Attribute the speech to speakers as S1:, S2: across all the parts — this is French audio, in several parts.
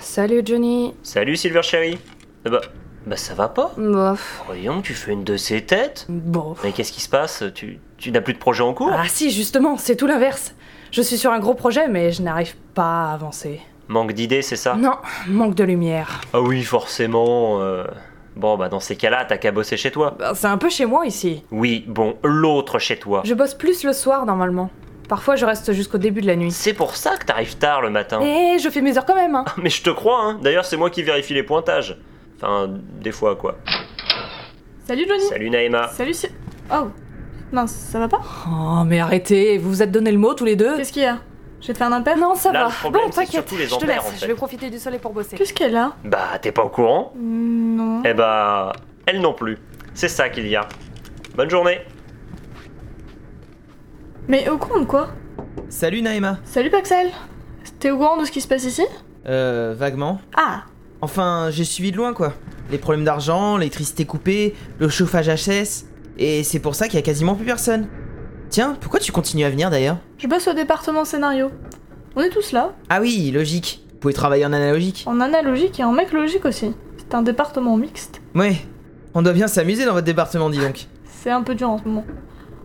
S1: Salut Johnny.
S2: Salut Silver Cherry. Euh, Bah, bah ça va pas
S1: Bof.
S2: Voyons, tu fais une de ces têtes
S1: Bof.
S2: Mais qu'est-ce qui se passe Tu, tu n'as plus de projet en cours
S1: Ah si, justement, c'est tout l'inverse. Je suis sur un gros projet, mais je n'arrive pas à avancer.
S2: Manque d'idées, c'est ça
S1: Non, manque de lumière.
S2: Ah oui, forcément. euh, Bon, bah dans ces cas-là, t'as qu'à bosser chez toi.
S1: Bah, c'est un peu chez moi ici.
S2: Oui, bon, l'autre chez toi.
S1: Je bosse plus le soir normalement. Parfois, je reste jusqu'au début de la nuit.
S2: C'est pour ça que t'arrives tard le matin.
S1: Et je fais mes heures quand même, hein.
S2: Ah, Mais je te crois, hein. D'ailleurs, c'est moi qui vérifie les pointages. Enfin, des fois, quoi.
S3: Salut Johnny
S2: Salut Naïma.
S3: Salut Si... Oh Mince, ça va pas
S1: Oh, mais arrêtez, vous vous êtes donné le mot tous les deux.
S3: Qu'est-ce qu'il y a Je vais te faire un impair
S1: Non, ça
S2: Là,
S1: va.
S2: le problème,
S1: bon,
S2: c'est
S1: t'inquiète,
S2: surtout les
S1: je te
S2: ampères,
S1: laisse.
S2: en fait.
S1: Je vais profiter du soleil pour bosser.
S3: Qu'est-ce qu'elle a
S2: Bah, t'es pas au courant
S3: Non.
S2: Eh bah, elle non plus. C'est ça qu'il y a. Bonne journée.
S3: Mais au courant de quoi
S4: Salut Naïma
S3: Salut Paxel T'es au courant de ce qui se passe ici
S4: Euh, vaguement.
S3: Ah
S4: Enfin, j'ai suivi de loin quoi. Les problèmes d'argent, l'électricité coupée, le chauffage HS. Et c'est pour ça qu'il y a quasiment plus personne. Tiens, pourquoi tu continues à venir d'ailleurs
S3: Je bosse au département scénario. On est tous là,
S4: Ah oui, logique. Vous pouvez travailler en analogique.
S3: en analogique et en mec logique aussi. C'est un département mixte.
S4: Ouais, on doit bien s'amuser dans votre département, dis donc.
S3: C'est un peu dur en ce moment.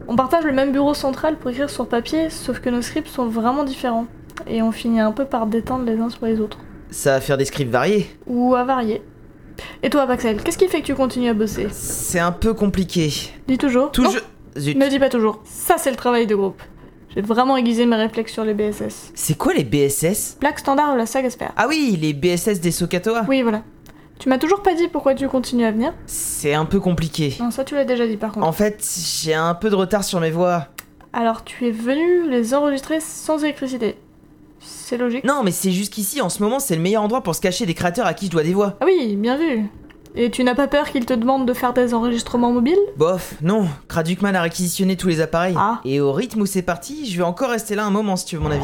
S3: On partage le même bureau central pour écrire sur papier, sauf que nos scripts sont vraiment différents. Et on finit un peu par détendre les uns sur les autres.
S4: Ça va faire des scripts variés.
S3: Ou à varier. Et toi, Paxel, qu'est-ce qui fait que tu continues à bosser
S4: C'est un peu compliqué.
S3: Dis toujours.
S4: Tout
S3: Non,
S4: je- Zut.
S3: Ne dis pas toujours. Ça, c'est le travail de groupe. J'ai vraiment aiguisé mes réflexes sur les BSS.
S4: C'est quoi les BSS
S3: Black Standard ou la saga Sper
S4: Ah oui, les BSS des Sokatoa.
S3: Oui, voilà. Tu m'as toujours pas dit pourquoi tu continues à venir
S4: C'est un peu compliqué.
S3: Non, ça tu l'as déjà dit par contre.
S4: En fait, j'ai un peu de retard sur mes voix.
S3: Alors tu es venu les enregistrer sans électricité. C'est logique.
S4: Non, mais c'est jusqu'ici, en ce moment, c'est le meilleur endroit pour se cacher des créateurs à qui je dois des voix.
S3: Ah oui, bien vu. Et tu n'as pas peur qu'ils te demandent de faire des enregistrements mobiles
S4: Bof, non, Kradukman a réquisitionné tous les appareils.
S3: Ah.
S4: Et au rythme où c'est parti, je vais encore rester là un moment si tu veux mon avis.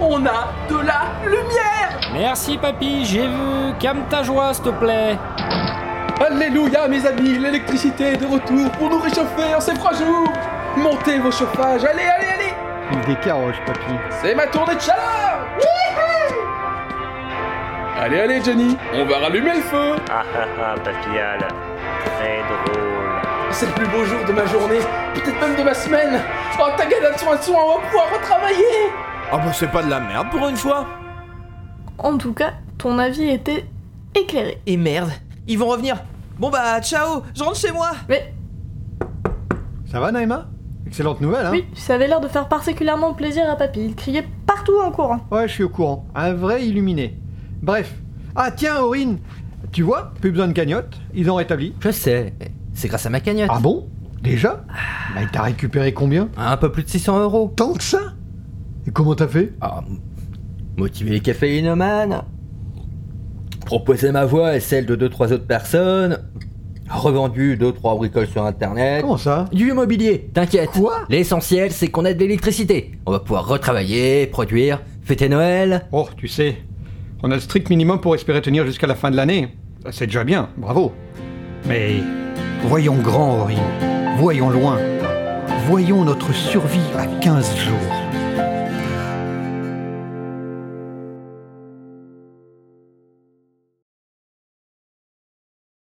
S5: On a de la lumière
S6: Merci papy, j'ai vu. Calme ta joie, s'il te plaît.
S5: Alléluia mes amis, l'électricité est de retour pour nous réchauffer en ces froids jours Montez vos chauffages, allez, allez, allez
S7: Il décaroche, papy.
S5: C'est ma tournée de chaleur Wouhou Allez, allez Johnny, on va rallumer le feu
S2: Ah ah ah, Papial. Très drôle.
S5: C'est le plus beau jour de ma journée, peut-être même de ma semaine Oh tagada soin soin, on va pouvoir retravailler
S8: Ah bah c'est pas de la merde pour une fois
S3: En tout cas, ton avis était éclairé.
S4: Et merde, ils vont revenir. Bon bah, ciao, je rentre chez moi.
S3: Mais
S7: Ça va, Naïma Excellente nouvelle, hein
S3: oui, ça avait l'air de faire particulièrement plaisir à papy. Il criait partout en courant.
S7: Ouais, je suis au courant. Un vrai illuminé. Bref. Ah, tiens, Aurine Tu vois, plus besoin de cagnotte. Ils ont rétabli.
S9: Je sais, c'est grâce à ma cagnotte.
S7: Ah bon Déjà Bah, il t'a récupéré combien
S9: Un peu plus de 600 euros.
S7: Tant que ça Et comment t'as fait
S9: Ah, motiver les caféinomanes, proposer ma voix et celle de 2-3 autres personnes, revendu 2-3 bricoles sur internet.
S7: Comment ça
S9: Du immobilier, t'inquiète.
S7: Quoi
S9: L'essentiel, c'est qu'on ait de l'électricité. On va pouvoir retravailler, produire, fêter Noël.
S7: Oh, tu sais, on a le strict minimum pour espérer tenir jusqu'à la fin de l'année. Ah, C'est déjà bien, bravo. Mais voyons grand, Aurine. Voyons loin. Voyons notre survie à 15 jours.